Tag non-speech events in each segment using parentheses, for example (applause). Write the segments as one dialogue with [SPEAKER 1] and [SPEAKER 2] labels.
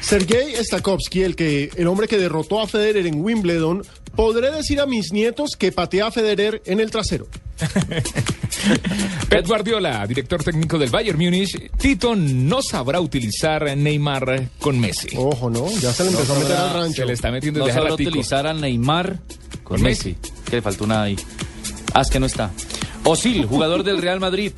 [SPEAKER 1] Sergei Stakovsky, el, que, el hombre que derrotó a Federer en Wimbledon, podré decir a mis nietos que pateé a Federer en el trasero.
[SPEAKER 2] Pep Guardiola, director técnico del Bayern Múnich, Tito no sabrá utilizar Neymar con Messi.
[SPEAKER 1] Ojo, Oh, ¿no? Ya se le empezó a meter
[SPEAKER 3] sabrá,
[SPEAKER 1] al rancho.
[SPEAKER 2] Se le está metiendo
[SPEAKER 3] No
[SPEAKER 2] desde hace
[SPEAKER 3] sabrá
[SPEAKER 2] ratico.
[SPEAKER 3] utilizar a Neymar con
[SPEAKER 2] Messi.
[SPEAKER 3] Messi. Que le faltó una ahí. Ah, es que no está. Osil, jugador del Real Madrid,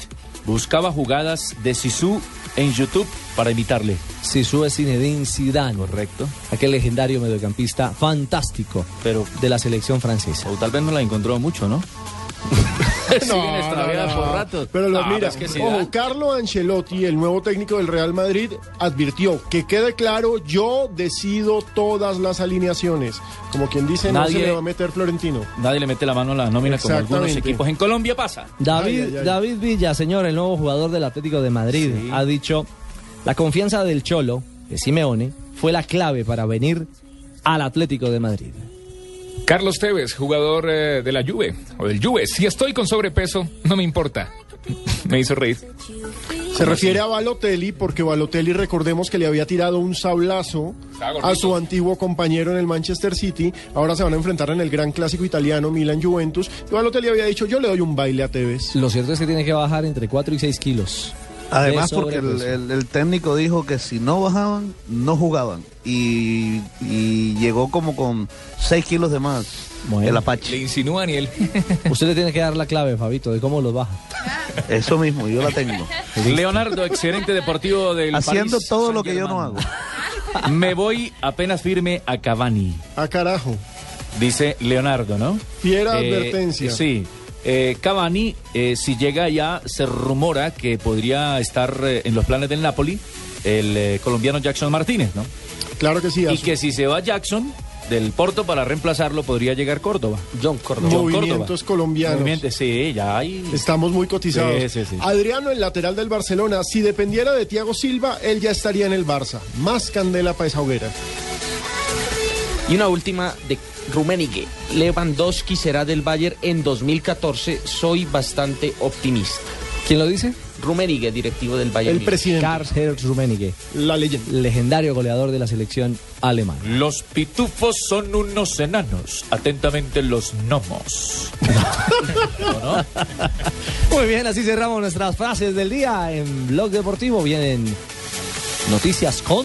[SPEAKER 3] buscaba jugadas de Sisu en YouTube para imitarle.
[SPEAKER 4] Sisu es Zinedine Zidane. Correcto. Aquel legendario mediocampista fantástico
[SPEAKER 3] Pero-
[SPEAKER 4] de la selección francesa.
[SPEAKER 3] O tal vez no la encontró
[SPEAKER 1] (laughs)
[SPEAKER 3] mucho, ¿no?
[SPEAKER 1] No,
[SPEAKER 3] Siguen extraviadas
[SPEAKER 1] no, no.
[SPEAKER 3] por ratos.
[SPEAKER 1] Pero lo
[SPEAKER 3] Ah,
[SPEAKER 1] mira,
[SPEAKER 3] es que Zidane-
[SPEAKER 1] ojo, Carlo Ancelotti, el nuevo técnico del Real Madrid, advirtió que quede claro, yo decido todas las alineaciones. Como quien dice, no se
[SPEAKER 3] Nadie-
[SPEAKER 1] le va a meter Florentino.
[SPEAKER 3] Nadie le mete la mano a la nómina como algunos
[SPEAKER 1] Exactamente.
[SPEAKER 3] equipos. En Colombia pasa.
[SPEAKER 4] David,
[SPEAKER 1] Ay, ay, ay.
[SPEAKER 4] David Villa, señor, el nuevo jugador del Atlético de Madrid, ha dicho, la confianza del Cholo, de Simeone, fue la clave para venir al Atlético de Madrid.
[SPEAKER 2] Carlos Tevez, jugador eh, de la Juve o del Juve. Si estoy con sobrepeso, no me importa. (laughs) me hizo reír.
[SPEAKER 1] Se refiere a Balotelli porque Balotelli recordemos que le había tirado un sablazo
[SPEAKER 2] Estaba gordito.
[SPEAKER 1] a su antiguo compañero en el Manchester City. Ahora se van a enfrentar en el gran clásico italiano Milan Juventus. Y Balotelli había dicho, yo le doy un baile a Tevez.
[SPEAKER 4] Lo cierto es que tiene que bajar entre 4 y 6 kilos.
[SPEAKER 5] Además,
[SPEAKER 4] de
[SPEAKER 5] porque el,
[SPEAKER 4] sobrepeso.
[SPEAKER 5] el- el técnico dijo que si no bajaban, no jugaban. Y, y llegó como con 6 kilos de más
[SPEAKER 4] Bueno.
[SPEAKER 5] el
[SPEAKER 2] Le (laughs)
[SPEAKER 5] Apache.
[SPEAKER 2] insinúa a Daniel.
[SPEAKER 4] (laughs) Usted le tiene que dar la clave, Fabito, de cómo los baja.
[SPEAKER 5] Eso mismo, yo la tengo.
[SPEAKER 3] Leonardo, excelente deportivo del
[SPEAKER 5] Haciendo
[SPEAKER 3] Paris
[SPEAKER 5] todo lo que yo no hago.
[SPEAKER 3] Saint-Germain. Me voy apenas firme a Cavani.
[SPEAKER 1] Ah, carajo.
[SPEAKER 3] Dice Leonardo, ¿no?
[SPEAKER 1] Fiera advertencia.
[SPEAKER 3] Sí. Eh, Cavani, eh, si llega ya, se rumora que podría estar eh, en los planes del Napoli el eh, colombiano Jackson Martínez, ¿no?
[SPEAKER 1] Claro que sí.
[SPEAKER 3] Y
[SPEAKER 1] Azu.
[SPEAKER 3] que si se va Jackson del Porto para reemplazarlo, podría llegar Córdoba.
[SPEAKER 4] John
[SPEAKER 3] John
[SPEAKER 1] Movimientos
[SPEAKER 3] Córdoba.
[SPEAKER 1] colombianos.
[SPEAKER 3] Movimiento- sí, ya hay.
[SPEAKER 1] Estamos muy cotizados.
[SPEAKER 3] Sí, sí, sí.
[SPEAKER 1] Adriano, el lateral del Barcelona, si dependiera de Thiago Silva, él ya estaría en el Barça. Más candela para esa hoguera.
[SPEAKER 6] Y una última de Rummenigge. Lewandowski será del Bayern en 2014. Soy bastante optimista.
[SPEAKER 4] ¿Quién lo dice?
[SPEAKER 6] Rummenigge, directivo del Bayern.
[SPEAKER 1] El
[SPEAKER 6] Múnich.
[SPEAKER 1] presidente,
[SPEAKER 4] Karl-Heinz Rummenigge,
[SPEAKER 1] la leyenda.
[SPEAKER 4] legendario goleador de la selección alemana.
[SPEAKER 3] Los pitufos son unos enanos. Atentamente los gnomos.
[SPEAKER 4] Muy bien, así cerramos nuestras frases del día en Blog Deportivo. Vienen noticias con...